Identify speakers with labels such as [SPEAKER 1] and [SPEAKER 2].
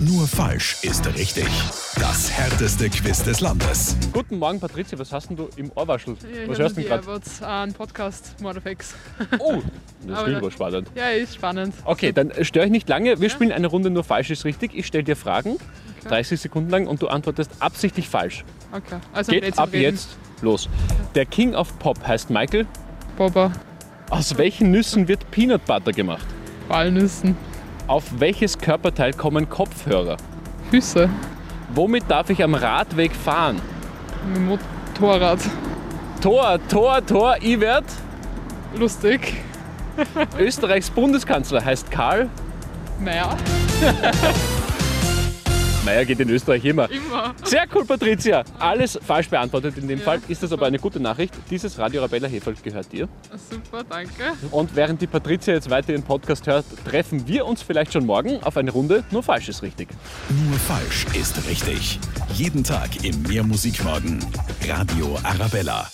[SPEAKER 1] Nur falsch ist richtig. Das härteste Quiz des Landes.
[SPEAKER 2] Guten Morgen, Patricia, was hast denn du im Ohrwaschel?
[SPEAKER 3] Ja,
[SPEAKER 2] was hörst du denn
[SPEAKER 3] gerade?
[SPEAKER 2] gerade?
[SPEAKER 3] Ich habe einen Podcast, Mordefex.
[SPEAKER 2] Oh, das
[SPEAKER 3] Aber
[SPEAKER 2] klingt
[SPEAKER 3] da-
[SPEAKER 2] aber spannend.
[SPEAKER 3] ja, ist spannend.
[SPEAKER 2] Okay, dann äh, störe ich nicht lange. Wir spielen eine Runde nur falsch ist richtig. Ich stelle dir Fragen, 30 Sekunden lang, und du antwortest absichtlich falsch.
[SPEAKER 3] Okay, also
[SPEAKER 2] Geht
[SPEAKER 3] Plätzchen
[SPEAKER 2] ab
[SPEAKER 3] reden.
[SPEAKER 2] jetzt los. Der King of Pop heißt Michael.
[SPEAKER 3] Boba,
[SPEAKER 2] Aus welchen Nüssen wird Peanut Butter gemacht?
[SPEAKER 3] Walnüssen,
[SPEAKER 2] Auf welches Körperteil kommen Kopfhörer?
[SPEAKER 3] Füße,
[SPEAKER 2] Womit darf ich am Radweg fahren?
[SPEAKER 3] mit dem Motorrad.
[SPEAKER 2] Tor, Tor, Tor, Iwert.
[SPEAKER 3] Lustig.
[SPEAKER 2] Österreichs Bundeskanzler heißt Karl.
[SPEAKER 3] Naja,
[SPEAKER 2] Meier geht in Österreich immer.
[SPEAKER 3] immer.
[SPEAKER 2] Sehr cool, Patricia. Alles falsch beantwortet in dem
[SPEAKER 3] Ja,
[SPEAKER 2] Fall. Ist das aber eine gute Nachricht. Dieses Radio Arabella Hefeld gehört dir.
[SPEAKER 3] Super, danke.
[SPEAKER 2] Und während die Patricia jetzt weiter ihren Podcast hört, treffen wir uns vielleicht schon morgen auf eine Runde. Nur falsch ist richtig.
[SPEAKER 1] Nur falsch ist richtig. Jeden Tag im Mehrmusikmorgen. Radio Arabella.